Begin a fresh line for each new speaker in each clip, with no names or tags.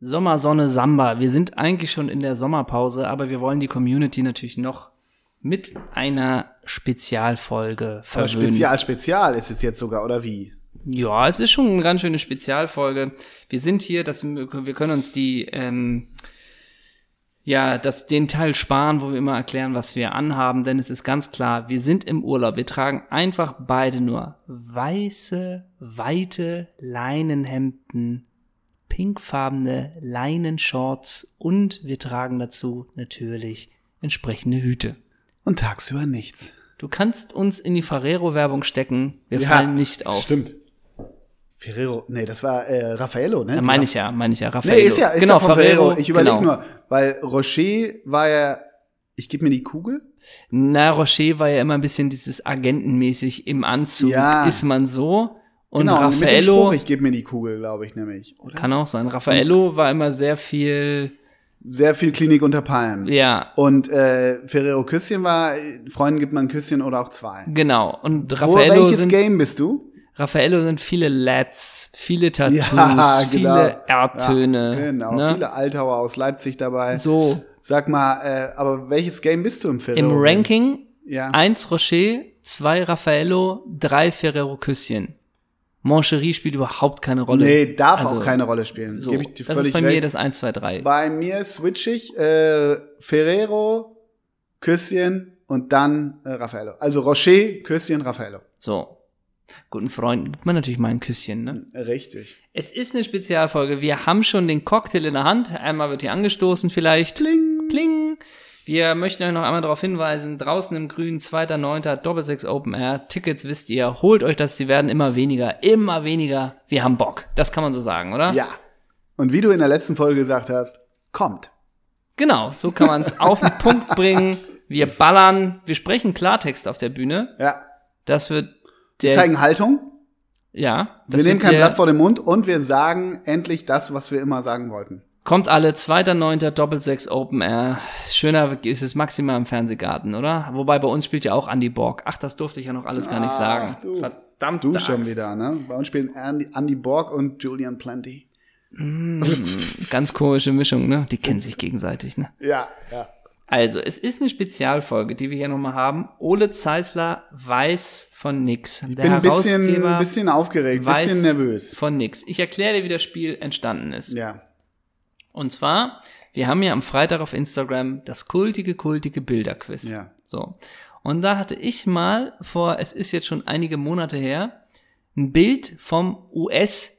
Sommersonne Samba. Wir sind eigentlich schon in der Sommerpause, aber wir wollen die Community natürlich noch mit einer Spezialfolge
Aber
verwöhnen.
Spezial, Spezial ist es jetzt sogar, oder wie?
Ja, es ist schon eine ganz schöne Spezialfolge. Wir sind hier, dass wir wir können uns die, ähm, ja, das, den Teil sparen, wo wir immer erklären, was wir anhaben, denn es ist ganz klar, wir sind im Urlaub. Wir tragen einfach beide nur weiße, weite Leinenhemden, pinkfarbene Leinenshorts und wir tragen dazu natürlich entsprechende Hüte.
Und tagsüber nichts.
Du kannst uns in die Ferrero-Werbung stecken, wir
Ja,
fallen nicht auf.
Stimmt. Ferrero, nee, das war äh, Raffaello, ne?
Ja, meine ich ja, meine ich ja. Raffaello.
Nee, ist ja, ist
genau,
ja von Ferrero. Ich überlege
genau.
nur, weil Rocher war ja, ich gebe mir die Kugel.
Na, Rocher war ja immer ein bisschen dieses Agentenmäßig im Anzug.
Ja. Genau,
Ist man so. Und
mit dem Spruch,
Raffaello,
ich gebe mir die Kugel, glaube ich nämlich. Oder?
kann auch sein. Raffaello war immer sehr viel,
Sehr viel Klinik unter Palmen.
ja,
Und äh, Ferrero Küsschen war, äh, Freunden gibt man ein Küsschen oder auch zwei.
genau. Und
Wo,
Raffaello
welches
sind,
Game bist du?
Raffaello sind viele Lads, viele Tattoos,
Ja, genau.
viele Erdtöne.
Ja, genau,
ne?
viele Altauer aus Leipzig dabei.
So,
Sag mal, äh, aber welches Game bist du im
im
Ferrero?
Ranking
Ja.
eins Rocher, zwei Raffaello, drei Ferrero Küsschen. Moncherie spielt überhaupt keine Rolle.
Nee, darf
Also,
auch keine Rolle spielen.
So,
Geb ich dir
das
völlig
ist bei
recht.
mir das 1, 2, 3.
Bei mir switch ich äh, Ferrero, Küsschen und dann äh, Raffaello. Also Rocher, Küsschen, Raffaello.
So. Guten Freunden gibt man natürlich mal ein Küsschen, ne?
Richtig.
Es ist eine Spezialfolge. Wir haben schon den Cocktail in der Hand. Einmal wird hier angestoßen vielleicht. Kling. Kling. Wir möchten euch noch einmal darauf hinweisen, draußen im Grün, 2.9. Doppelsechs Open Air. Tickets wisst ihr, holt euch das, die werden immer weniger, immer weniger. Wir haben Bock. Das kann man so sagen, oder?
Ja. Und wie du in der letzten Folge gesagt hast, kommt.
Genau, so kann man es auf den Punkt bringen. Wir ballern, wir sprechen Klartext auf der Bühne.
Ja.
Das wird
Wir
der
zeigen Haltung,
Ja,
wir nehmen
wird
kein
der-
Blatt vor den Mund und wir sagen endlich das, was wir immer sagen wollten.
Kommt alle, 2.9. Doppelsechs Open Air. Schöner ist es maximal im Fernsehgarten, oder? Wobei bei uns spielt ja auch Andy Borg. Ach, das durfte ich ja noch alles gar nicht
Ach,
sagen.
Ah, du.
Verdammt.
Du schon wieder, ne? Bei uns spielen Andy, Andy Borg und Julian Plenty.
Hm, Ganz komische Mischung, ne? Die kennen sich gegenseitig, ne?
Ja, ja.
Also, es ist eine Spezialfolge, die wir hier nochmal haben. Ole Zeisler weiß von nix.
Ich bin ein bisschen, ein bisschen aufgeregt, ein
weiß
bisschen nervös.
von nix. Ich erkläre dir, wie das Spiel entstanden ist.
Ja.
Und zwar, wir haben ja am Freitag auf Instagram das kultige, kultige Bilderquiz.
Ja.
So. Und da hatte ich mal vor, es ist jetzt schon einige Monate her, ein Bild vom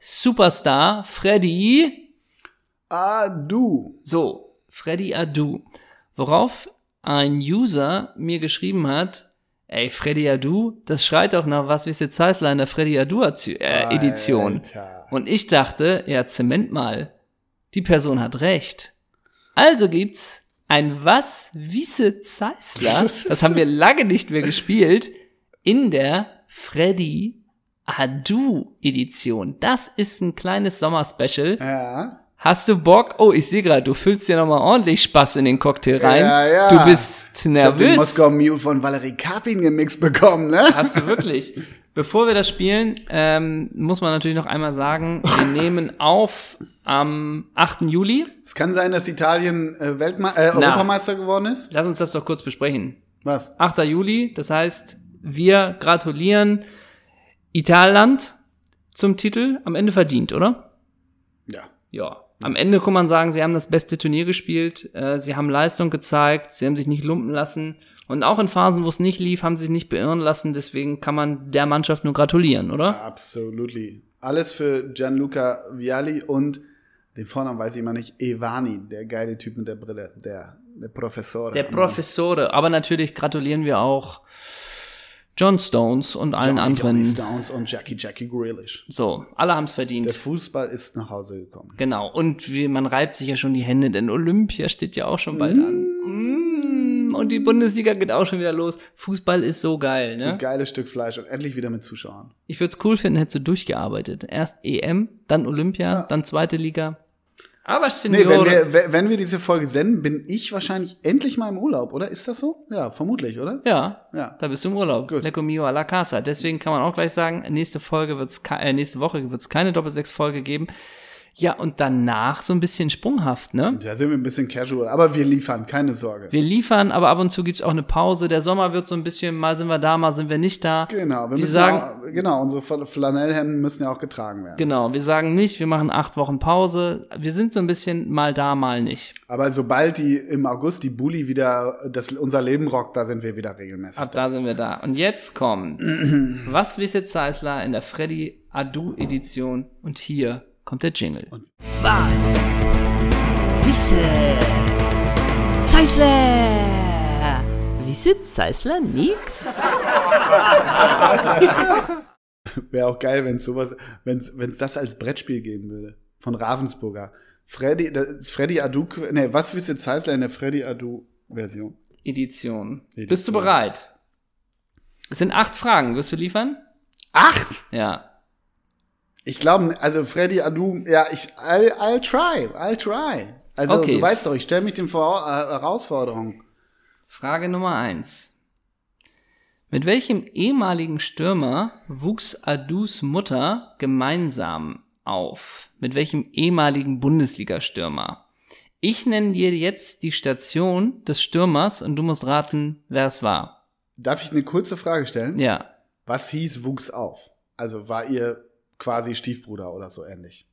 US-Superstar Freddy,
Ah, du.
so, Freddy Adu, worauf ein User mir geschrieben hat, ey, Freddy Adu, das schreit doch nach was wie Zeisler in der Freddy Adu äh, Edition.
Alter.
Und ich dachte, ja, Zement mal. Die Person hat recht. Also gibt's ein Was Wiese Zeisler, das haben wir lange nicht mehr gespielt, in der Freddy Adu Edition. Das ist ein kleines Sommerspecial.
Ja.
Hast du Bock? Oh, ich sehe gerade, du füllst dir nochmal ordentlich Spaß in den Cocktail rein.
Ja, ja.
Du bist
Ich hab den
nervös.
Moskau Mule von Valerie Karpin gemixt bekommen, ne?
Hast du wirklich? Bevor wir das spielen, ähm, muss man natürlich noch einmal sagen, wir nehmen auf am 8. Juli.
Es kann sein, dass Italien äh, Weltme äh,
Na.
Europameister geworden ist.
Lass uns das doch kurz besprechen.
Was?
8. Juli, das heißt, wir gratulieren Italland zum Titel. Am Ende verdient, oder?
Ja.
Ja. Am Ende kann man sagen, sie haben das beste Turnier gespielt, äh, sie haben Leistung gezeigt, sie haben sich nicht lumpen lassen. Und auch in Phasen, wo es nicht lief, haben sie sich nicht beirren lassen. Deswegen kann man der Mannschaft nur gratulieren, oder?
Absolutely. Alles für Gianluca Vialli und den Vornamen weiß ich immer nicht, Evani, der geile Typ mit der Brille, der, der Professor.
Der Professore. Aber natürlich gratulieren wir auch John Stones und allen
Johnny, Johnny
anderen.
Stones und Jackie Jackie Grealish.
So, alle haben's
Der
verdient.
Fußball ist nach Hause gekommen.
Genau. Und wie, man reibt sich ja schon die Hände, denn Olympia steht ja auch schon bald an. Mm, Und die Bundesliga geht auch schon wieder los. Fußball ist so geil,
Ein
ne?
geiles Stück Fleisch und endlich wieder mit Zuschauern.
Ich würde es cool finden, hättest du durchgearbeitet. Erst EM, dann Olympia,
Ja.
dann zweite Liga. Aber
Nee, wenn
Signore.
wir, wenn wir diese Folge senden, bin ich wahrscheinlich endlich mal im Urlaub, oder? Ist das so? Ja, vermutlich, oder?
ja,
Ja.
Da bist du im Urlaub.
Gut.
Lecco mio alla casa. Deswegen kann man auch gleich sagen, nächste Folge wird's ke- äh, nächste Woche wird's keine Doppelsechs Folge geben. Ja, und danach so ein bisschen sprunghaft, ne?
Da sind wir ein bisschen casual, aber wir liefern, keine Sorge.
Wir liefern, aber ab und zu gibt's auch eine Pause. Der Sommer wird so ein bisschen, mal sind wir da, mal sind wir nicht da.
Genau, wir
wir
müssen
sagen,
ja auch, genau, unsere Flanellhemden müssen ja auch getragen werden.
genau, wir sagen nicht, wir machen acht Wochen Pause. Wir sind so ein bisschen mal da, mal nicht.
Aber sobald die im August die Bulli wieder das unser Leben rockt, da sind wir wieder regelmäßig.
Ab da sind wir da. Und jetzt kommt, was wisset Zeisler in der Freddy Adu Edition? Und hier kommt der Jingle.
Was? Wisse. Zeissler. Wisse Zeissler nix?
Wäre auch geil, wenn sowas, wenn's wenn's das als Brettspiel geben würde von Ravensburger. Freddy, das Freddy Adu, ne, was wisst ihr Zeitler in der Freddy Adu Version?
Edition.
Edition.
Bist du bereit? Es sind acht Fragen. Wirst du liefern?
Acht?
Ja.
Ich glaube, also Freddy Adu, ja, ich, I'll, I'll try, I'll try. Also
Okay.
du weißt doch, ich stelle mich den Vor äh, Herausforderungen.
Frage Nummer eins. Mit welchem ehemaligen Stürmer wuchs Adus Mutter gemeinsam auf? Mit welchem ehemaligen Bundesliga-Stürmer? Ich nenne dir jetzt die Station des Stürmers und du musst raten, wer es war.
Darf ich eine kurze Frage stellen?
Ja.
Was hieß wuchs auf? Also war ihr quasi Stiefbruder oder so ähnlich?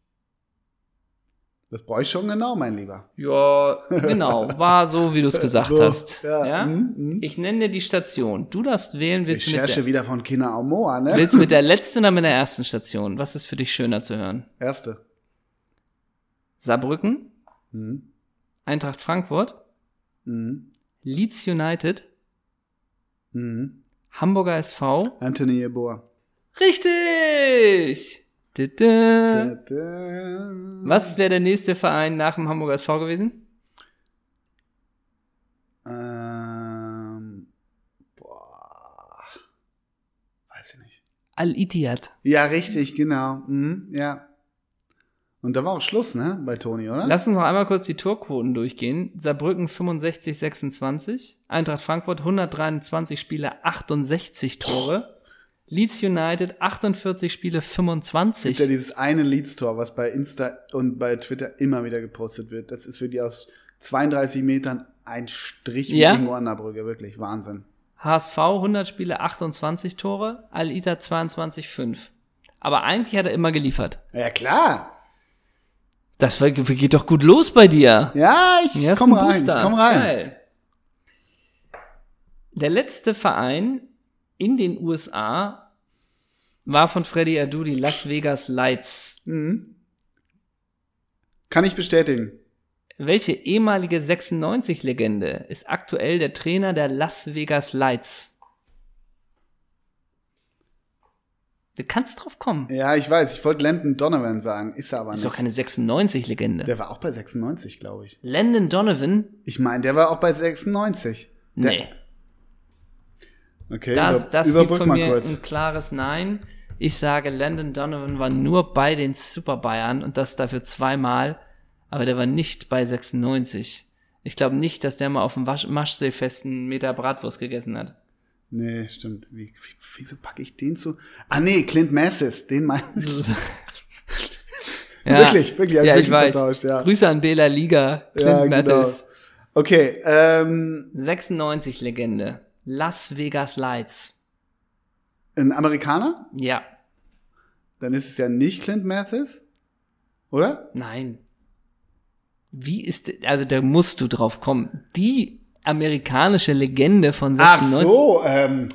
Das bräuchte ich schon genau, mein Lieber.
Ja, genau. War so, wie du es gesagt
So,
hast.
Ja.
Ja.
Mhm, mhm.
Ich nenne dir die Station. Du darfst wählen, willst du mit der-
Recherche wieder von Kina Aomoa, ne?
Willst du mit der letzten oder mit der ersten Station? Was ist für dich schöner zu hören?
Erste.
Saarbrücken,
Mhm.
Eintracht Frankfurt,
Mhm.
Leeds United,
Mhm.
Hamburger SV.
Anthony Yeboah.
Richtig! Tü-tü.
Was?
Äh. Was wäre der nächste Verein nach dem Hamburger SV gewesen?
Ähm, boah. Weiß ich nicht.
Al-Ittihad.
Ja, richtig, genau. Mhm, ja. Und da war auch Schluss, ne? Bei Toni, oder?
Lass uns noch einmal kurz die Torquoten durchgehen. Saarbrücken 65, 26. Eintracht Frankfurt 123 Spiele, 68 Tore. Leeds United 48 Spiele,
Es gibt ja
25.
dieses eine Leads-Tor, was bei Insta und bei Twitter immer wieder gepostet wird. Das ist für die aus 32 Metern ein Strich wie
Ja?
irgendwo an der Brücke. Wirklich Wahnsinn.
HSV 100 Spiele, 28 Tore. Al-Ita 22, 5. Aber eigentlich hat er immer geliefert.
Ja, klar.
Das war- geht doch gut los bei dir.
Ja, ich
Ja, ist
komm
ein
rein. Ich
Booster.
komm rein.
Geil. Der letzte Verein in den USA war von Freddy Adu die Las Vegas Lights.
Mhm. Kann ich bestätigen.
Welche ehemalige 96-Legende ist aktuell der Trainer der Las Vegas Lights? Du kannst drauf kommen.
Ja, ich weiß. Ich wollte Landon Donovan sagen. Ist er aber
Ist
nicht.
doch keine 96-Legende.
Der war auch bei 96, glaube ich.
Landon Donovan?
Ich meine, der war auch bei 96. Der,
Nee.
Okay,
Das,
über-
das gibt
überbrück
von
mal
mir
kurz.
ein klares Nein. Ich sage, Landon Donovan war nur bei den Super Bayern und das dafür zweimal, aber der war nicht bei 96. Ich glaube nicht, dass der mal auf dem Wasch Maschseefest einen Meter Bratwurst gegessen hat.
Nee, stimmt. Wie, wie, wieso packe ich den zu? Ah, nee, Clint Masses. Den meine ich.
Ja.
Wirklich, wirklich, hab ich
Ja, ich
wirklich
weiß.
vertauscht, ja.
Grüße an Bela Liga, Clint
Ja, genau.
Mathis.
Okay, ähm,
96 Legende. Las Vegas Lights.
ein Amerikaner?
Ja,
Dann ist es ja nicht Clint Mathis, oder?
nein. Wie ist, also da musst du drauf kommen. Die amerikanische Legende von 96.
Ach so, ähm,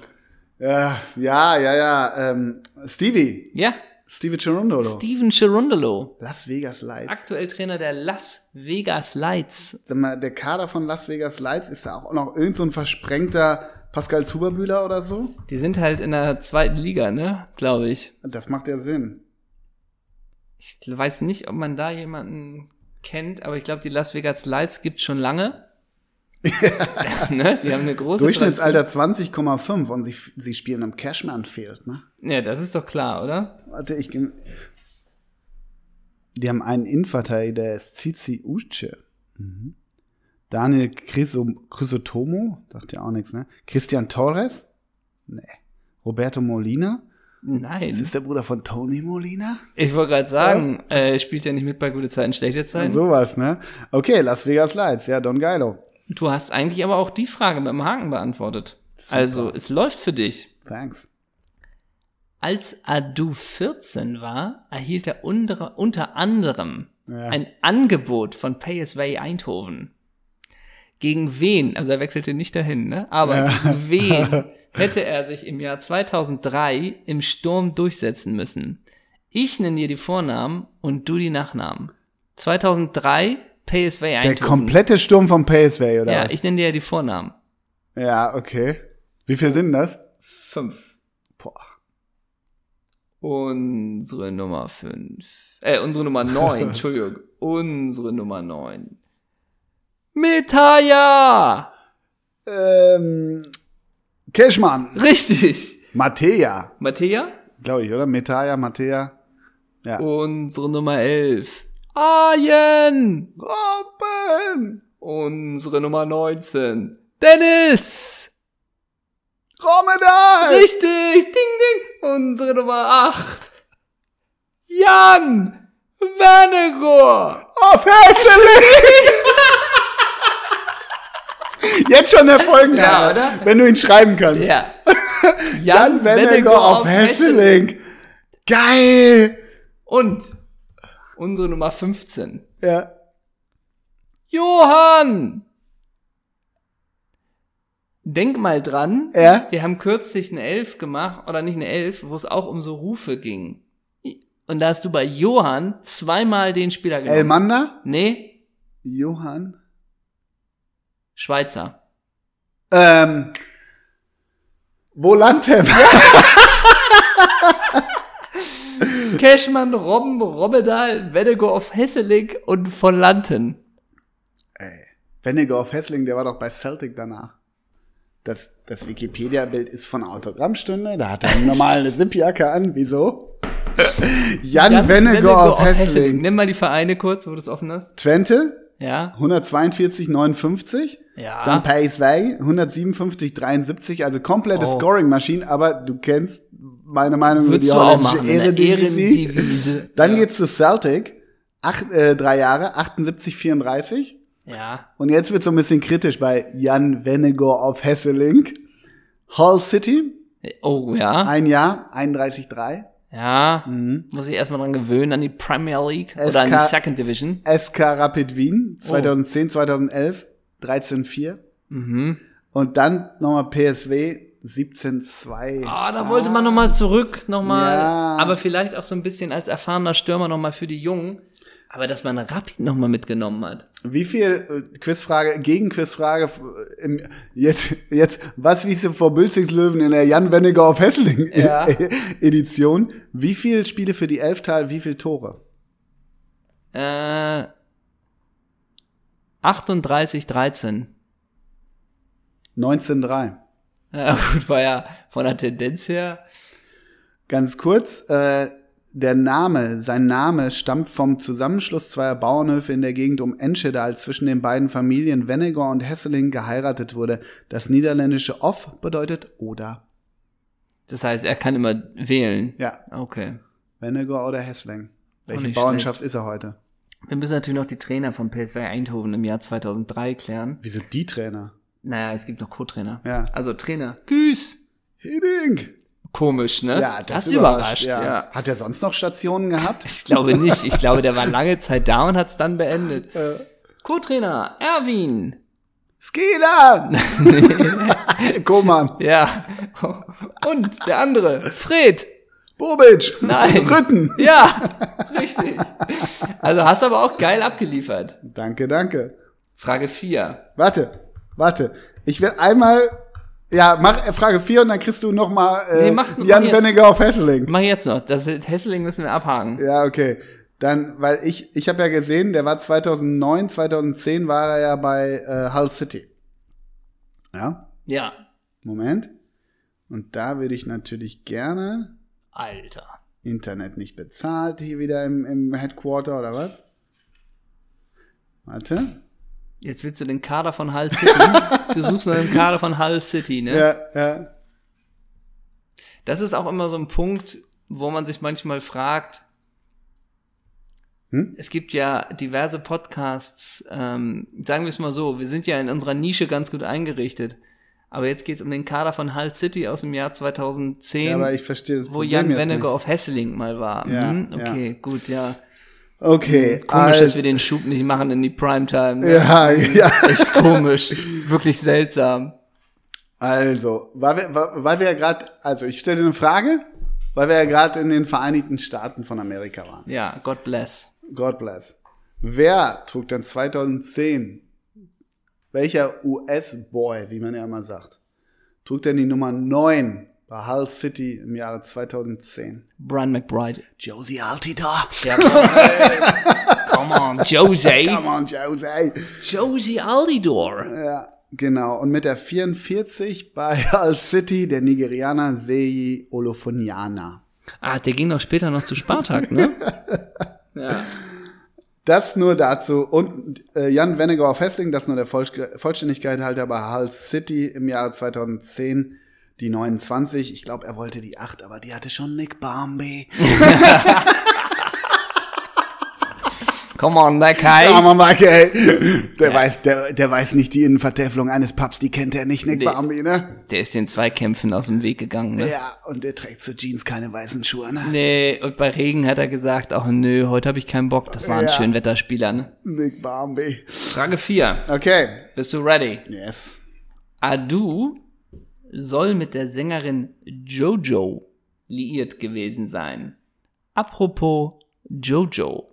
äh, ja, ja, ja, ähm, Stevie,
Ja,
Stevie Cherundolo.
Steven Cherundolo.
Las Vegas Lights.
Aktuell Trainer der Las Vegas Lights.
Sag mal, Der Kader von Las Vegas Lights ist da auch noch irgend so ein versprengter Pascal Zuberbühler oder so?
Die sind halt in der zweiten Liga, ne? Glaube ich.
Das macht ja Sinn.
Ich weiß nicht, ob man da jemanden kennt, aber ich glaube, die Las Vegas Lights gibt's schon lange. ne? Die haben eine große
Durchschnittsalter 20,5 und sie, sie spielen im Cashman Field, ne?
Tradition. Ja, das ist doch klar, oder?
Warte, ich. geh- Die haben einen Innenverteidiger, der ist Cici Uce. Mhm. Daniel Chrysom- Chrysotomo, sagt ja auch nichts, ne? Christian Torres? Nee. Roberto Molina? Ist
Nein.
es der Bruder von Tony Molina?
Ich wollte gerade sagen, äh, spielt ja nicht mit bei gute Zeiten, schlechte Zeiten.
Sowas, ne? Okay, Las Vegas Lights, ja, Don Geilo.
Du hast eigentlich aber auch die Frage mit dem Haken beantwortet. Also, es läuft für dich.
Thanks.
Als Adu 14 war, erhielt er unter, unter anderem
Ja.
ein Angebot von PSV Eindhoven. Gegen wen, also er wechselte nicht dahin, ne? aber
Ja.
gegen wen hätte er sich im Jahr 2003 im Sturm durchsetzen müssen? Ich nenne dir die Vornamen und du die Nachnamen. 2003 PSV
Der
Eindhoven.
komplette Sturm vom PSV, oder
ja,
was?
ich nenne dir ja die Vornamen.
ja, okay. Wie viel sind das?
Fünf.
Boah.
Unsere Nummer 5. Äh, unsere Nummer 9, Entschuldigung. Unsere Nummer 9. Metaya!
Ähm, Cashman.
Richtig!
Mattea,
Mattea?
glaube ich, oder? Metaya, Mattea. Ja.
Unsere Nummer 11. Arjen!
Robben!
Unsere Nummer 19. Dennis!
Romedan!
Richtig! Ding, ding! Unsere Nummer 8. Jan! Wernegor!
Auf Hesseling! Jetzt schon Erfolgen,
Ja,
ja,
oder?
Wenn du ihn schreiben kannst.
Ja.
Jan Wennegor auf Hesseling. Geil!
Und unsere Nummer 15.
Ja.
Johann! Denk mal dran,
Ja.
wir haben kürzlich eine Elf gemacht, oder nicht eine Elf, wo es auch um so Rufe ging. Und da hast du bei Johann zweimal den Spieler genommen.
Elmander?
Nee,
Johann?
Schweizer.
Ähm. Volantem.
Cashman, Robben, Robbedahl, Wedego auf Hesselig und von Lanten.
Ey. Wennegorf Hessling, der war doch bei Celtic danach. Das, das Wikipedia-Bild ist von Autogrammstunde. Da hat er normal eine Zipjacke an. Wieso? Jan, Jan Wennegorf Hessling.
Nimm mal die Vereine kurz, wo du es offen hast.
Twente,
Ja.
142,59.
Ja.
Dann Paceway, 157,73. Also komplette
Oh.
Scoring-Maschine. Aber du kennst meine Meinung über
Würdest
die
du auch
holländische
machen. in der
Eredivisie.
Ehrendivise.
Dann
ja.
geht's zu Celtic. Acht, äh, drei Jahre, 78, 34.
Ja.
Und jetzt wird so ein bisschen kritisch bei Jan Wennegor auf Hesselink. Hull City,
Oh, ja.
ein Jahr, 31,3.
Ja.
Mhm.
Muss ich erstmal dran gewöhnen, an die Premier League
SK
oder an die Second Division.
SK Rapid Wien,
Oh.
2010, 2011, 13,4.
Mhm.
Und dann nochmal PSW, 17,2.
Ah, da wollte man nochmal zurück, nochmal.
Ja.
Aber vielleicht auch so ein bisschen als erfahrener Stürmer nochmal für die Jungen. Aber dass man Rapid nochmal mitgenommen hat.
Wie viel äh, Quizfrage, Gegenquizfrage, äh, im, jetzt, jetzt, was wiese vor Bülzingslöwen in der Jan Wenneger auf Hessling
Ja.
Edition? Wie viel Spiele für die Elftal, wie viel Tore?
Äh, 38, 13.
19-3.
Ja, gut, war ja von der Tendenz her.
Ganz kurz, äh, der Name, sein Name stammt vom Zusammenschluss zweier Bauernhöfe in der Gegend um Enschede, als zwischen den beiden Familien Wenneger und Hesseling geheiratet wurde. Das niederländische Off bedeutet oder.
Das heißt, er kann immer wählen.
Ja,
Okay.
Wenneger oder Hessling. Welche
nicht
Bauernschaft ist er heute?
Wir müssen natürlich noch die Trainer von PSV Eindhoven im Jahr 2003 klären.
Wieso die Trainer?
Naja, es gibt noch Co-Trainer.
Ja.
Also Trainer. Güß.
Hiddink!
Komisch, ne? das ist überrascht. Ja.
Hat er sonst noch Stationen gehabt?
Ich glaube nicht. Ich glaube, der war lange Zeit da und hat es dann beendet.
äh,
Co-Trainer Erwin.
Skida! Koman!
Ja. Und der andere, Fred.
Bobic!
Nein.
Rütten!
Ja, richtig. Also hast aber auch geil abgeliefert.
Danke, danke.
Frage 4.
Warte, warte. Ich will einmal. Ja, mach äh, Frage 4 und dann kriegst du nochmal äh,
Nee, mach- mach
Jan
jetzt.
Wenneger auf Hesseling.
Mach ich jetzt noch. Das Hesseling müssen wir abhaken.
Ja, okay. Dann, weil ich, ich habe ja gesehen, der war 2009, 2010 war er ja bei äh, Hull City. Ja,
Ja.
Moment. Und da würde ich natürlich gerne.
Alter.
Internet nicht bezahlt hier wieder im, im Headquarter oder was? Warte.
Jetzt willst du den Kader von Hull City. du suchst nach dem Kader von Hull City, ne?
ja.
Das ist auch immer so ein Punkt, wo man sich manchmal fragt,
Hm?
es gibt ja diverse Podcasts, ähm, sagen wir es mal so, wir sind ja in unserer Nische ganz gut eingerichtet. Aber jetzt geht es um den Kader von Hull City aus dem Jahr 2010,
Ja, aber ich verstehe das
wo
Problem
Jan
jetzt
Wenneke
nicht.
auf Hesseling mal war.
Ja,
Mhm,
ja.
okay, gut, ja.
Okay,
Komisch, dass
also-
wir den Schub nicht machen in die Primetime. ne?
ja, ja.
Echt komisch. Wirklich seltsam.
Also, weil wir, weil weil wir ja gerade, also ich stelle eine Frage, weil wir ja gerade in den Vereinigten Staaten von Amerika waren.
Ja, God bless.
God bless. Wer trug denn 2010, welcher US-Boy, wie man ja immer sagt, trug denn die Nummer 9 bei Hull City im Jahre 2010?
Brian McBride.
Josie Altidor.
Ja, come on, Jose.
Come on, Josie.
Josie Alidor.
Ja, genau. Und mit der 44 bei Hull City der Nigerianer Seyi Olofoniana.
Ah, der ging doch später noch zu Spartak, ne? ja.
Das nur dazu. Und äh, Jan Wennegau auf Hessling, das nur der Vollsch- Vollständigkeit halber bei Hull City im Jahre 2010. Die 29, ich glaube, er wollte die 8, aber die hatte schon Nick Barmby.
Come on, der Kai.
Armer Mike, ey. Der, weiß, der, der weiß nicht die Innenvertäfelung eines Pubs, die kennt er nicht, Nick
Nee.
Barmby, ne?
Der ist den Zweikämpfen aus dem Weg gegangen, ne?
Ja, und der trägt zu Jeans keine weißen Schuhe, ne?
Nee, und bei Regen hat er gesagt, ach nö, heute habe ich keinen Bock. Das war ein
Ja.
Schönwetterspieler, ne?
Nick Barmby.
Frage 4.
Okay.
Bist du ready?
Yes.
Adu soll mit der Sängerin Jojo liiert gewesen sein. Apropos Jojo.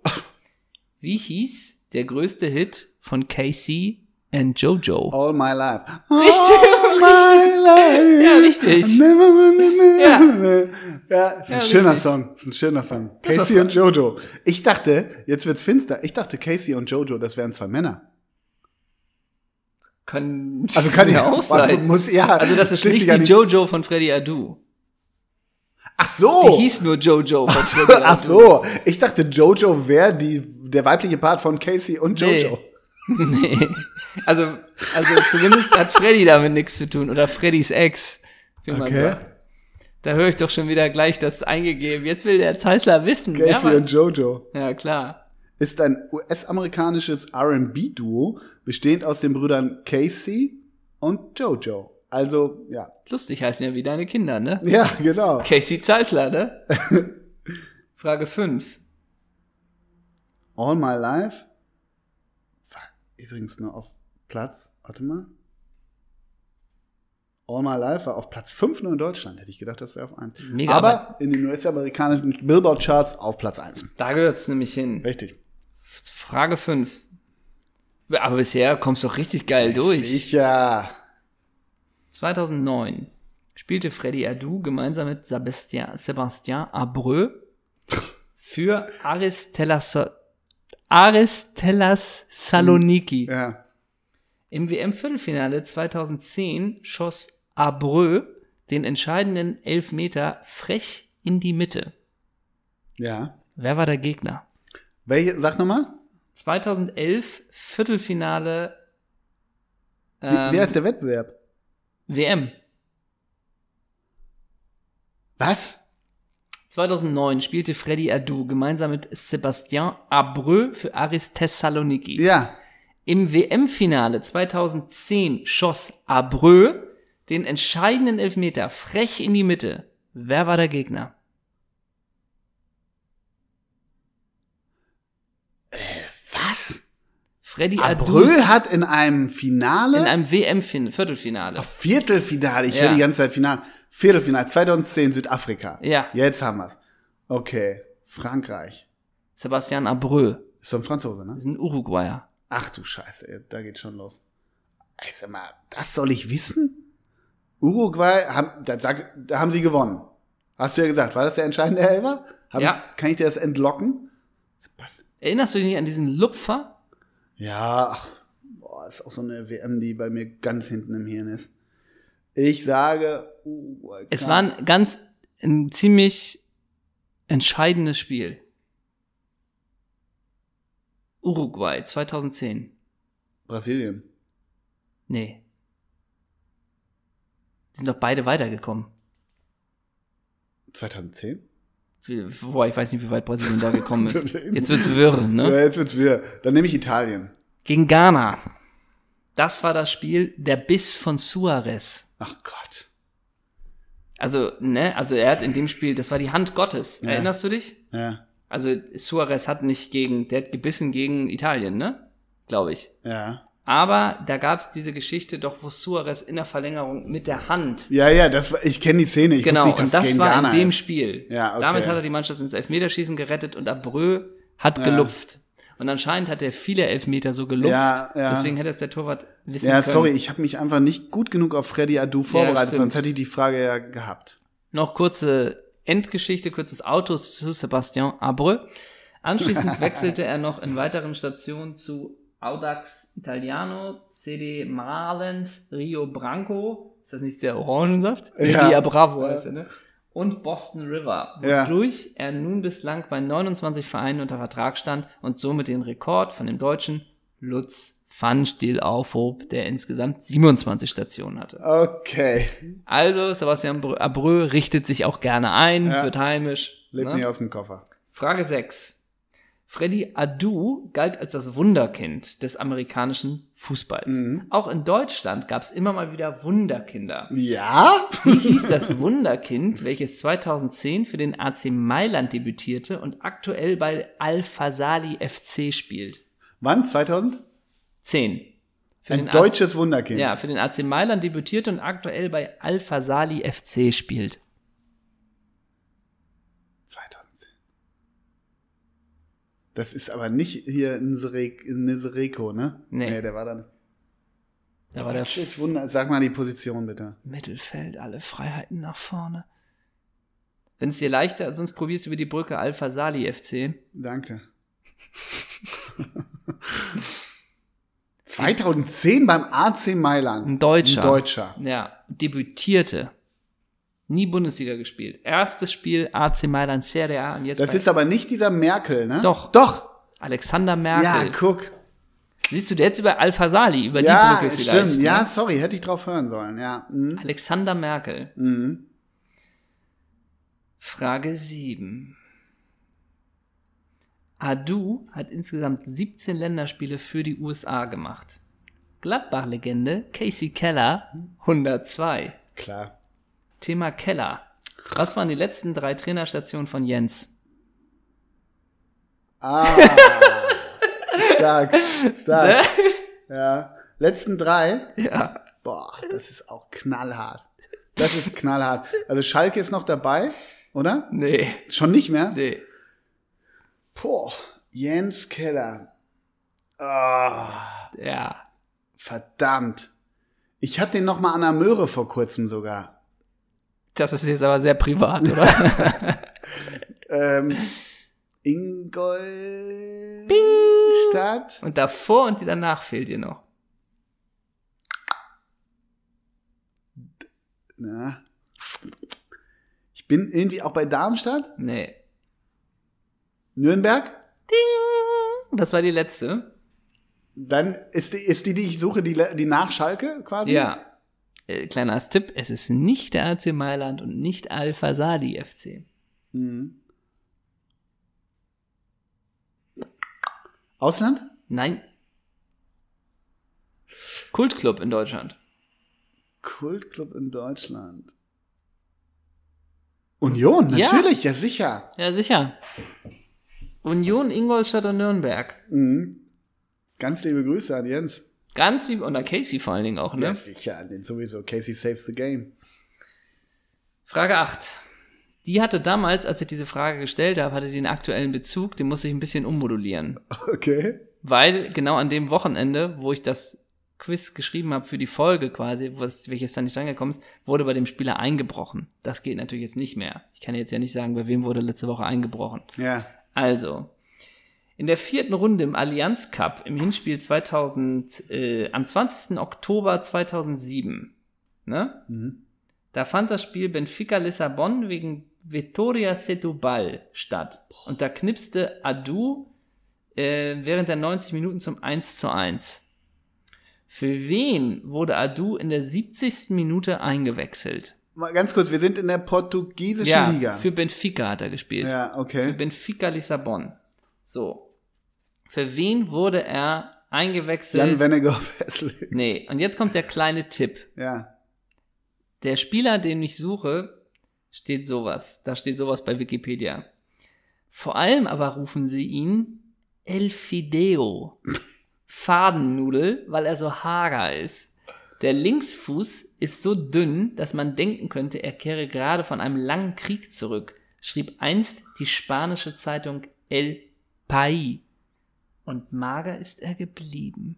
Wie hieß der größte Hit von Casey and Jojo?
All my life.
Richtig,
All my life.
Ja, richtig.
Ja, ja ist ein
Ja,
schöner
richtig.
Song. Ist ein schöner Song.
Das war
Casey und Jojo. Ich dachte, jetzt wird's finster. Ich dachte, Casey und Jojo, das wären zwei Männer.
Kann,
Also kann ja auch
sein.
sein. Muss, ja,
also das ist
schließlich
nicht
ja
die Jojo von Freddy Adu.
Ach
Die
so.
hieß nur Jojo von Freddy Adu.
Oh. Ach so. Ich dachte, Jojo wäre die, der weibliche Part von Casey und
Nee.
Jojo.
Nee. Also, also zumindest hat Freddy damit nichts zu tun oder Freddys Ex, wie man
Okay.
sagt. Da höre ich doch schon wieder gleich das eingegeben. Jetzt will der Zeisler wissen. Ja,
Casey
Mann.
und Jojo.
ja, klar.
ist ein US-amerikanisches RB-Duo, bestehend aus den Brüdern Casey und Jojo. Also, ja.
Lustig heißen ja wie deine Kinder, ne?
Ja, genau.
Casey Zeisler, ne? Frage 5.
All My Life. War Übrigens nur auf Platz. Warte mal. All My Life war auf Platz 5 nur in Deutschland. Hätte ich gedacht, das wäre auf 1.
Mega,
aber in den US-amerikanischen Billboard-Charts auf Platz 1.
Da gehört's nämlich hin.
Richtig.
Frage 5. Aber bisher kommst du doch richtig geil durch.
Sicher.
2009 spielte Freddy Adu gemeinsam mit Sebastian, Sebastian Abreu für Aristelas, Aristelas Saloniki.
Ja.
Im WM-Viertelfinale 2010 schoss Abreu den entscheidenden Elfmeter frech in die Mitte.
Ja.
Wer war der Gegner?
Welche, sag nochmal.
2011 Viertelfinale
Wie,
ähm,
wer ist der Wettbewerb?
WM.
Was?
2009 spielte Freddy Adu gemeinsam mit Sebastian Abreu für Aris Thessaloniki.
Ja.
Im WM-Finale 2010 schoss Abreu den entscheidenden Elfmeter frech in die Mitte. Wer war der Gegner?
Was?
Freddy Adu
Abröhl hat in einem Finale,
in einem WM-Viertelfinale.
Ach, Viertelfinale, ich
Ja.
höre die ganze Zeit Finale, Viertelfinale 2010 Südafrika.
Ja.
Jetzt haben wir's. Okay, Frankreich.
Sebastian Abreu
Ist so ein Franzose, ne?
ist ein Uruguayer.
Ach du Scheiße, ey, da geht schon los. Ey, sag mal, das soll ich wissen? Uruguay, haben, da, sag, da haben sie gewonnen. Hast du ja gesagt, war das der entscheidende Elfer? Hab
Ja.
Ich, kann ich dir das entlocken? Was?
Erinnerst du dich an diesen Lupfer?
Ja, ach, boah, ist auch so eine WM, die bei mir ganz hinten im Hirn ist. Ich sage, uh, Uruguay.
Es
kann-
war ein ganz ein ziemlich entscheidendes Spiel. Uruguay 2010.
Brasilien.
Nee. Die sind doch beide weitergekommen.
2010?
Wie- Boah, ich weiß nicht, wie weit Brasilien da gekommen ist.
Eben.
Jetzt wird's wirr, ne?
Ja, jetzt wird's wieder. Dann nehme ich Italien.
Gegen Ghana. Das war das Spiel, der Biss von Suarez.
Ach Gott.
Also, ne, also er hat in dem Spiel, das war die Hand Gottes.
Ja.
Erinnerst du dich?
Ja,
Also Suarez hat nicht gegen, der hat gebissen gegen Italien, ne? Glaube ich.
ja.
Aber da gab's diese Geschichte doch, wo Suarez in der Verlängerung mit der Hand.
Ja, ja, das war, ich kenne die Szene. Ich
genau,
wusste nicht, dass
und das
gegen
war
Ghana
in dem
ist.
Spiel.
Ja, okay.
Damit hat er die Mannschaft ins Elfmeterschießen gerettet und Abreu hat
Ja.
gelupft. Und anscheinend hat er viele Elfmeter so gelupft.
Ja, ja.
Deswegen hätte es der Torwart wissen
Ja,
können.
sorry, ich habe mich einfach nicht gut genug auf Freddy Adu vorbereitet,
stimmt.
sonst hätte ich die Frage ja gehabt.
Noch kurze Endgeschichte, kurzes Auto zu Sebastian Abreu. Anschließend wechselte er noch in weiteren Stationen zu Audax Italiano, CD Marlens, Rio Branco, ist das nicht der Orangensaft?
Ja.
Ria Bravo
Ja.
heißt er, ne? Und Boston River,
Ja.
wodurch er nun bislang bei 29 Vereinen unter Vertrag stand und somit den Rekord von dem Deutschen Lutz Pfannstiel aufhob, der insgesamt 27 Stationen hatte.
Okay.
Also, Sebastian Br- Abreu richtet sich auch gerne ein,
Ja.
wird heimisch.
Lebt
ne?
mir aus dem Koffer.
Frage 6. Freddy Adu galt als das Wunderkind des amerikanischen Fußballs.
Mhm.
Auch in Deutschland gab es immer mal wieder Wunderkinder.
Ja?
Wie hieß das Wunderkind, welches 2010 für den AC Mailand debütierte und aktuell bei Al-Fasali FC spielt?
Wann? 2000?
10. Für
Ein
den
deutsches Wunderkind.
Ja, für den AC Mailand debütierte und aktuell bei Al-Fasali FC spielt.
2010. Das ist aber nicht hier in Serek- in Nesereko, ne?
Nee.
der war dann.
Da war der
Deutsches Wunder. Sag mal die Position bitte.
Mittelfeld, alle Freiheiten nach vorne. Wenn es dir leichter, sonst probierst du über die Brücke Alpha Sali FC.
Danke. 2010 beim AC Mailand.
Ein Deutscher.
Ein Deutscher.
Ja, debütierte. Nie Bundesliga gespielt. Erstes Spiel AC Mailand Serie A und jetzt
Das
bei
ist aber nicht dieser Merkel, ne?
Doch.
Doch.
Alexander Merkel.
Ja, guck.
Siehst du jetzt über Alpha Sali, über
ja,
die Brücke vielleicht.
stimmt.
ne?
Ja, sorry, hätte ich drauf hören sollen. Ja. Mhm.
Alexander Merkel.
Mhm.
Frage 7. Adu hat insgesamt 17 Länderspiele für die USA gemacht. Gladbach-Legende Casey Keller 102.
Klar.
Thema Keller. Was waren die letzten drei Trainerstationen von Jens?
Ah. stark. Stark. Ja. Letzten drei.
Ja.
Boah, das ist auch knallhart. Das ist knallhart. Also Schalke ist noch dabei, oder?
Nee.
Schon nicht mehr?
Nee.
Boah, Jens Keller. Ah,
Ja.
verdammt. Ich hatte den noch mal an der Möhre vor kurzem sogar.
Das ist jetzt aber sehr privat, oder?
Ähm, Ingolstadt.
und davor und die danach fehlt dir noch.
Na. Ich bin irgendwie auch bei Darmstadt.
Nee.
Nürnberg.
Das war die letzte.
Dann ist die, ist die, die ich suche, die, le- die nach Schalke quasi?
Ja. Äh, kleiner Tipp, es ist nicht der AC Mailand und nicht Alpha Sali FC.
Mhm. Ausland?
Nein. Kultclub in Deutschland.
Kultclub in Deutschland. Union,
Ja.
natürlich, ja, sicher.
Ja, sicher. Union, Ingolstadt und Nürnberg.
Mhm. Ganz liebe Grüße an Jens.
Ganz lieb, und an Casey vor allen Dingen auch, ne?
Ja, sicher, an den sowieso. Casey saves the game.
Frage 8. Die hatte damals, als ich diese Frage gestellt habe, hatte die den aktuellen Bezug, den musste ich ein bisschen ummodulieren.
Okay.
Weil genau an dem Wochenende, wo ich das Quiz geschrieben habe für die Folge quasi, was, welches dann nicht rangekommen ist, wurde bei dem Spieler eingebrochen. Das geht natürlich jetzt nicht mehr. Ich kann jetzt ja nicht sagen, bei wem wurde letzte Woche eingebrochen.
Ja.
Also, in der vierten Runde im Allianz Cup im Hinspiel 2000, äh, am 20. Oktober 2007, ne?
Mhm.
da fand das Spiel Benfica Lissabon wegen Vittoria Setubal statt. Und da knipste Adu äh, während der 90 Minuten zum 1 zu 1. Für wen wurde Adu in der 70. Minute eingewechselt?
Mal ganz kurz, wir sind in der portugiesischen
ja,
Liga.
für Benfica hat er gespielt.
ja,
Für
okay.
Benfica Lissabon. So. Für wen wurde er eingewechselt?
Jan Venegov Hessling.
nee, und jetzt kommt der kleine Tipp.
Ja.
Der Spieler, den ich suche, steht sowas. Da steht sowas bei Wikipedia. Vor allem aber rufen sie ihn El Fideo. Fadennudel, weil er so hager ist. Der Linksfuß ist so dünn, dass man denken könnte, er kehre gerade von einem langen Krieg zurück, schrieb einst die spanische Zeitung El País. Und mager ist er geblieben.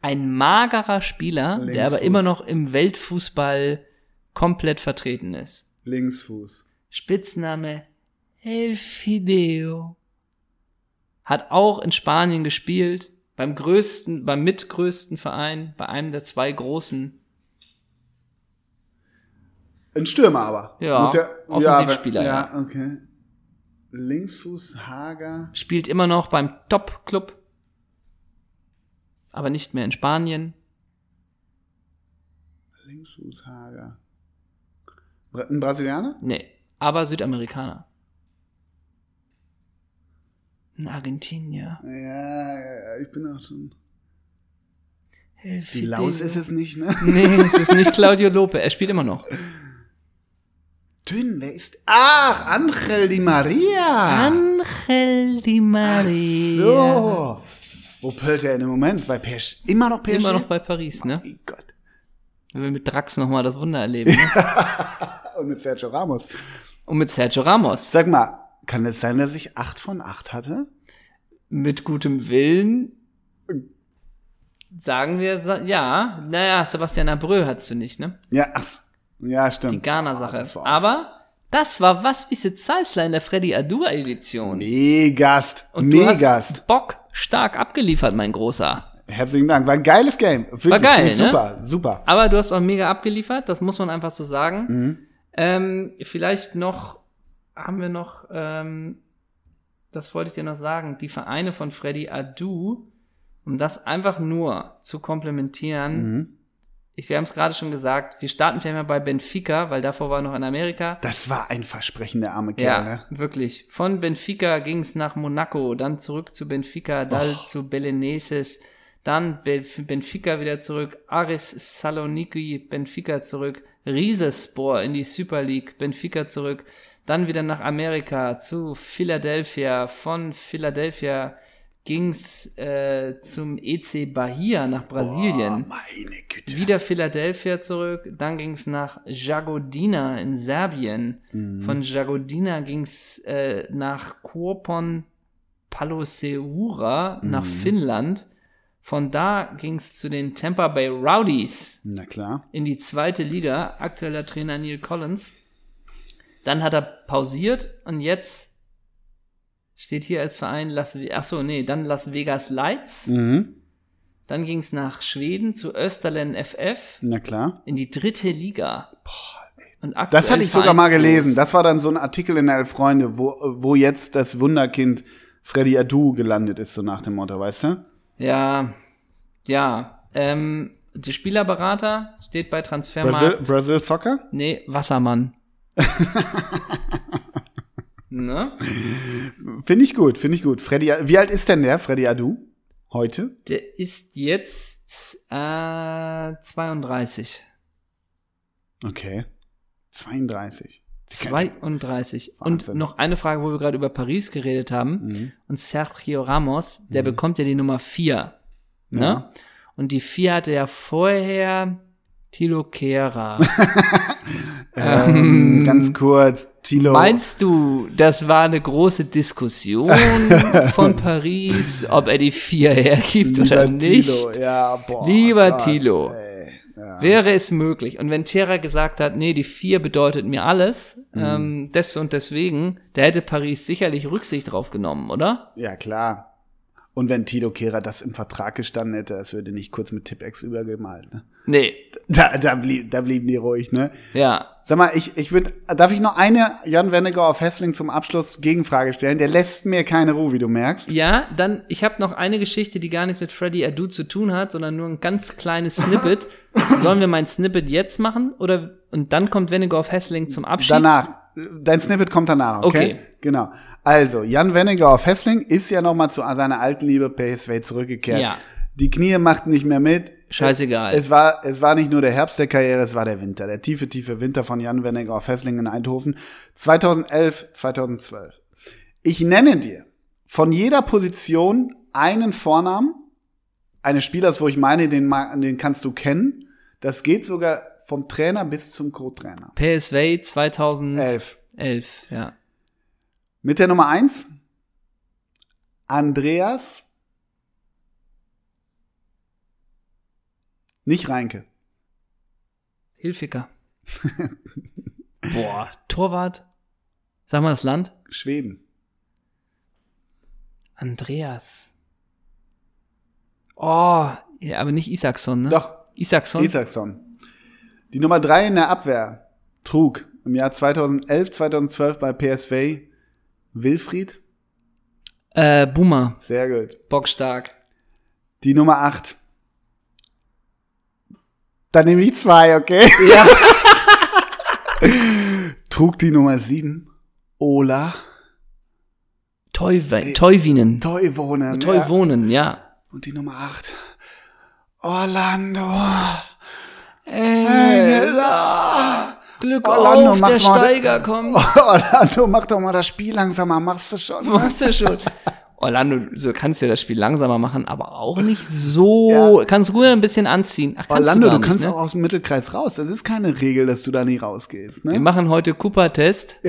Ein magerer Spieler, der aber
Linksfuß.
immer noch im Weltfußball komplett vertreten ist.
Linksfuß.
Spitzname El Fideo. Hat auch in Spanien gespielt, beim größten, beim mitgrößten Verein, bei einem der zwei großen.
Ein Stürmer aber.
Ja, Offensivspieler,
Ja, ja, okay. Linksfuß, Hager.
Spielt immer noch beim Top-Club, aber nicht mehr in Spanien.
Linksfuß, Hager. Bra- Ein Brasilianer?
Nee, aber Südamerikaner. Ein Argentinier.
Ja, ja, ja, ich bin auch schon.
El
Die Laus
Fideo.
ist es nicht, ne?
Nee, es ist nicht Claudio Lope. Er spielt immer noch.
Dünn, wer ist. Ach, Angel Di Maria!
Angel Di
Ach
Maria.
so. Wo pölt er denn im Moment? Bei PSG? Immer noch PSG?
Immer noch bei Paris, ne?
Mein Gott.
Wenn wir mit Drax nochmal das Wunder erleben. Ne?
Und mit Sergio Ramos.
Und mit Sergio Ramos.
Sag mal, kann es sein, dass ich 8 von 8 hatte?
Mit gutem Willen. Sagen wir, sa- ja. Naja, Sebastian Abreu hattest du nicht, ne?
Ja, ach, s- ja,
Die
stimmt.
Ghana-Sache.
Ah, das war auch-
Aber das war was wie Sid Zeisler in der Freddy Adua-Edition.
Megast.
Und du
Megast.
hast Bock stark abgeliefert, mein Großer.
Herzlichen Dank. War ein geiles Game. Wirklich,
War geil,
finde ich
ne?
Super, super.
Aber du hast auch mega abgeliefert, das muss man einfach so
Mhm.
sagen. Ähm, vielleicht noch, haben wir noch, ähm, das wollte ich dir noch sagen, die Vereine von Freddy Adu, um das einfach nur zu komplementieren.
Mhm.
Ich, wir haben es gerade schon gesagt, wir starten vielleicht mal bei Benfica, weil davor war er noch in Amerika.
Das war ein Versprechen, der arme Kerl,
ja,
ne?
wirklich. Von Benfica ging es nach Monaco, dann zurück zu Benfica, dann zu Beleneses, dann Be Benfica wieder zurück, Aris Saloniki, Benfica zurück, Rizespor in die Super League, Benfica zurück, dann wieder nach Amerika zu Philadelphia, von Philadelphia ging's äh, zum EC Bahia nach Brasilien.
Oh, meine Güte.
Wieder Philadelphia zurück, dann ging es nach Jagodina in Serbien. Von Jagodina ging es äh, nach Kuopon Paloseura nach Finnland. Von da ging es zu den Tampa Bay Rowdies
Na klar.
in die zweite Liga, aktueller Trainer Neil Collins. Dann hat er pausiert und jetzt steht hier als Verein Las Vegas, achso, nee, dann Las Vegas Lights.
Mhm.
Dann ging es nach Schweden zu Österlen FF
Na klar.
in die dritte Liga. Und aktuell
Das hatte ich sogar mal
vereinslos.
gelesen. Das war dann so ein Artikel in Elf Freunde, wo, wo jetzt das Wunderkind Freddy Adu gelandet ist, so nach dem Motto, weißt du?
ja, ja. Ähm, der Spielerberater steht bei Transfermarkt.
Brazil, Brazil Soccer?
Nee, Wassermann. ne?
Finde ich gut, finde ich gut. Freddy, wie alt ist denn der Freddy Adu heute?
Der ist jetzt äh, 32.
Okay. 32.
32. Und
Wahnsinn.
noch eine Frage, wo wir gerade über Paris geredet haben.
Mhm.
Und Sergio Ramos, der bekommt ja die Nummer 4. Ne?
Ja.
Und die 4 hatte ja vorher Tilo Kehrer.
Ähm, ganz kurz, Tilo.
Meinst du, das war eine große Diskussion von Paris, ob er die 4 hergibt oder nicht?
Tilo, ja, boah,
Lieber
Gott,
Tilo.
ey, ja.
Wäre es möglich? Und wenn Terra gesagt hat, nee, die 4 bedeutet mir alles,
Mhm.
ähm, des und deswegen, da hätte Paris sicherlich Rücksicht drauf genommen, oder?
ja, klar. Und wenn Tilo Kehrer das im Vertrag gestanden hätte, das würde nicht kurz mit Tippex übergemalt. Ne?
Nee,
Da, da, blieb, da blieben die ruhig, ne?
ja.
Sag mal, ich, ich würde, darf ich noch eine Jan Wennegau auf Hessling zum Abschluss Gegenfrage stellen? Der lässt mir keine Ruhe, wie du merkst.
Ja, dann, ich habe noch eine Geschichte, die gar nichts mit Freddy Adu zu tun hat, sondern nur ein ganz kleines Snippet. Sollen wir mein Snippet jetzt machen? Oder, und dann kommt Wennegorf Hessling zum Abschied?
Danach. Dein Snippet kommt danach, okay?
Okay.
Genau. Also, Jan Wenninger auf Hessling ist ja nochmal zu seiner alten Liebe PSV zurückgekehrt.
Ja.
Die Knie machten nicht mehr mit.
Scheißegal.
Es war, es war nicht nur der Herbst der Karriere, es war der Winter. Der tiefe, tiefe Winter von Jan Wenninger auf Hessling in Eindhoven. 2011, 2012. Ich nenne dir von jeder Position einen Vornamen eines Spielers, wo ich meine, den, ma- den kannst du kennen. Das geht sogar vom Trainer bis zum Co-Trainer.
PSV 2011,
Elf.
ja.
Mit der Nummer eins Andreas. Nicht Reinke.
Hilfiger. Boah, Torwart. Sag mal das Land.
Schweden.
Andreas. Oh, ja, aber nicht Isaacson, ne?
Doch,
Isaacson?
Isaacson. Die Nummer drei in der Abwehr trug im Jahr 2011, 2012 bei PSV Wilfried.
äh, Boomer.
Sehr gut.
Bockstark.
Die Nummer acht Dann nehme ich zwei, okay?
Ja.
trug die Nummer sieben Ola Äh,
Teuwe Teuwinen.
Toivonen.
Teuwonen, ja.
Und die Nummer 8. Orlando.
Glück
Orlando,
auf,
mach
der
mal-
Steiger kommt.
Orlando, mach doch mal das Spiel langsamer, machst du schon. ne?
Machst du schon. Orlando, so kannst ja das Spiel langsamer machen, aber auch nicht so. Kannst ruhig ein bisschen anziehen. Ach, kannst
Orlando,
du,
du,
gar
kannst
nicht, ne?
auch aus dem Mittelkreis raus. Das ist keine Regel, dass du da nie rausgehst.
Wir
Ne?
machen heute Cooper-Test.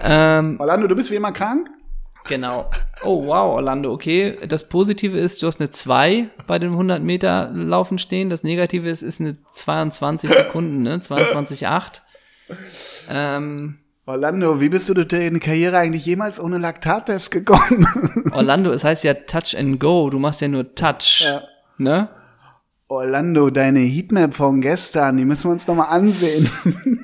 ähm,
Orlando, du bist wie immer krank?
genau. Oh, wow, Orlando, okay. Das Positive ist, du hast eine 2 bei dem 100-Meter-Laufen stehen. Das Negative ist, ist eine 22 Sekunden, ne? 22,8. Ähm,
Orlando, wie bist du durch deine Karriere eigentlich jemals ohne Laktattest gekommen?
Orlando, es heißt ja Touch and Go. Du machst ja nur Touch,
Ja.
ne?
Orlando, deine Heatmap von gestern, die müssen wir uns nochmal ansehen.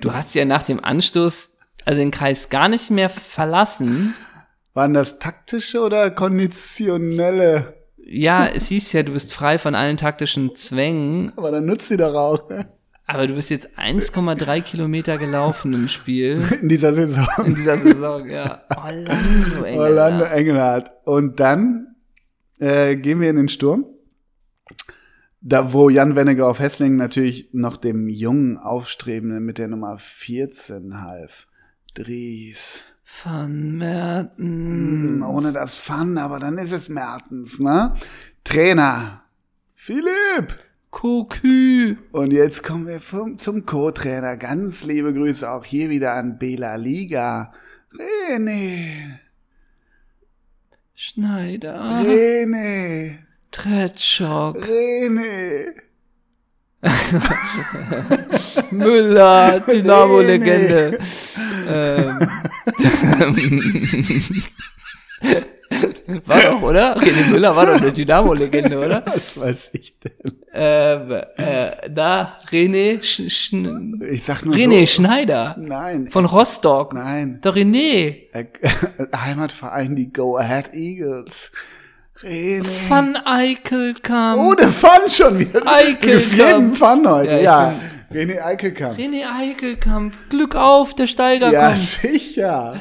Du hast ja nach dem Anstoß also den Kreis gar nicht mehr verlassen.
Waren das taktische oder konditionelle?
Ja, es hieß ja, du bist frei von allen taktischen Zwängen,
Aber dann nutzt sie doch auch. Ne?
aber du bist jetzt 1,3 Kilometer gelaufen im Spiel
In dieser Saison.
in dieser Saison. Ja, Orlando, ey.
Orlando Engelhardt. Und dann äh, gehen wir in den Sturm. Da, wo Jan Wenneger auf Hessling natürlich noch dem jungen Aufstrebenden mit der Nummer 14 half. Dries.
Van Merten.
Hm, Ohne das Fun, aber dann ist es Mertens, ne? Trainer. Philipp.
Kokü.
Und jetzt kommen wir vom, zum Co-Trainer. Ganz liebe Grüße auch hier wieder an Bela Liga. René.
Schneider.
René.
Tretschok.
René.
Müller. Dynamo-Legende. Ähm. war doch, oder? Okay, der Müller war doch eine Dynamo-Legende, oder?
Was weiß ich denn?
Ähm, äh, da, René, Sch Schn
Ich sag nur
René
so.
Schneider
Nein.
von Rostock.
Nein.
Der René
Äh, Heimatverein, die Go Ahead Eagles. René.
van Eikel kam.
Ohne Fun schon wieder. Du
Eikelkamp.
gibst jedem Fun heute.
Ja,
Ja.
ich
René Eikelkamp.
René Eikelkamp, Glück auf, der Steiger
Ja,
kommt.
sicher.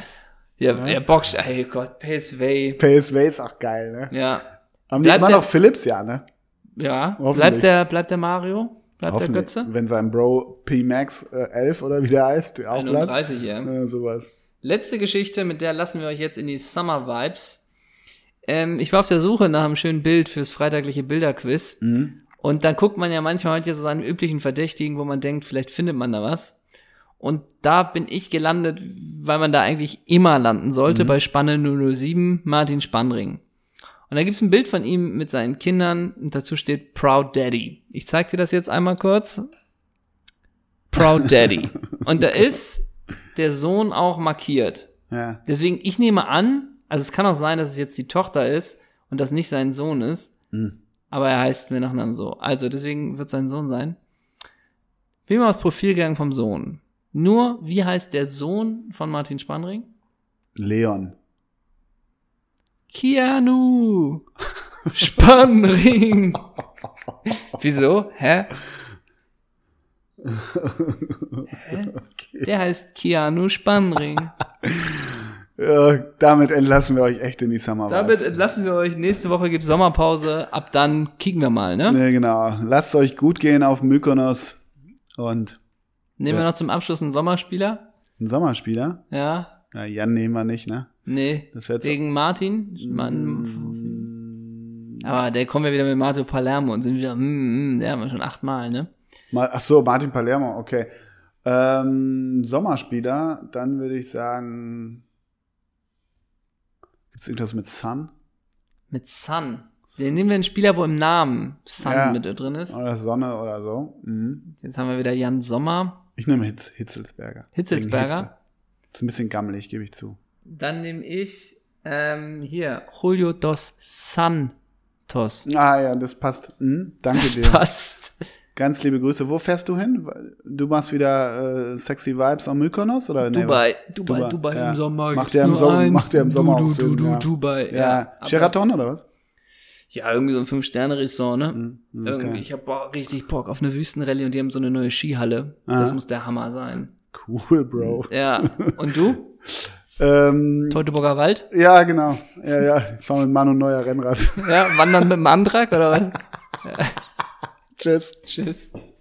Ja, der Box, ey Gott, PSV.
PSV ist auch geil, ne?
Ja,
Haben die
Bleibt
immer
der-
noch Philips, ja, ne?
ja.
Hoffentlich.
Bleibt der, bleibt der Mario? Bleibt der
Hoffentlich.
Götze?
Wenn sein Bro P-Max äh, 11 oder wie der heißt, auch bleibt.
31, ja.
Ja, sowas.
Letzte Geschichte, mit der lassen wir euch jetzt in die Summer Vibes. Ähm, ich war auf der Suche nach einem schönen Bild fürs freitagliche Bilderquiz.
Mhm.
Und dann guckt man ja manchmal heute so seinen üblichen Verdächtigen, wo man denkt, vielleicht findet man da was. Und da bin ich gelandet, weil man da eigentlich immer landen sollte, bei Spanne 007, Martin Spannring. Und da gibt's ein Bild von ihm mit seinen Kindern und dazu steht Proud Daddy. Ich zeig dir das jetzt einmal kurz. Proud Daddy. und da ist der Sohn auch markiert.
Ja.
Deswegen, ich nehme an, also es kann auch sein, dass es jetzt die Tochter ist und das nicht sein Sohn ist,
Mhm.
aber er heißt mit Nachnamen so. Also deswegen wird sein Sohn sein. Bin mal aufs Profil gegangen vom Sohn. Nur, wie heißt der Sohn von Martin Spannring?
Leon.
Keanu Spannring. Wieso? Hä? Hä? Der heißt Keanu Spannring.
Ja, damit entlassen wir euch echt in die Summer
Damit
Vibes.
entlassen wir euch. Nächste Woche gibt's Sommerpause. Ab dann kicken wir mal, ne?
Ne, genau. Lasst euch gut gehen auf Mykonos und
Nehmen wir noch zum Abschluss einen Sommerspieler.
einen Sommerspieler.
Ja.
Ja, Jan nehmen wir nicht, ne?
Nee.
Das wär jetzt-
Gegen Martin.
mm.
Man, aber der kommen wir wieder mit Mario Palermo und sind wieder, mm, mm, der haben wir schon achtmal, ne?
Ma- Ach so, Martin Palermo, okay. Ähm, Sommerspieler, dann würde ich sagen. Gibt es irgendwas mit Sun?
Mit Sun. Den nehmen wir einen Spieler, wo im Namen Sun
Ja.
mit drin ist.
Oder Sonne oder so? Mhm.
Jetzt haben wir wieder Jan Sommer.
Ich nehme Hitz, Hitzelsberger.
Hitzelsberger?
Wegen Hitze. Ist ein bisschen gammelig, gebe ich zu.
Dann nehme ich ähm, hier Julio dos Santos.
Ah ja, das passt. Mhm, danke
Das
dir.
passt.
Ganz liebe Grüße. Wo fährst du hin? Du machst wieder äh, sexy Vibes am Mykonos oder? Nee,
Dubai, Dubai,
Dubai,
Dubai,
ja.
im Sommer.
Macht
gibt's
der im
nur
Sommer-
eins.
macht der im Sommer
du,
auch
du, du,
Sinn,
du,
ja.
Dubai.
Ja,
aber-
Sheraton oder was?
Ja, irgendwie so ein Fünf-Sterne-Ressort, ne?
Mhm, okay.
Irgendwie, ich hab boah, richtig Bock auf eine Wüstenrallye und die haben so eine neue Skihalle.
Aha.
Das muss der Hammer sein.
Cool, Bro.
Ah. Ja. Und du?
Ähm,
Teutoburger Wald?
ja, genau. Ja, ja. Ich fahre mit Manu neuer Rennrad.
Ja, wandern mit dem Antrag oder was?
Tschüss.
Tschüss.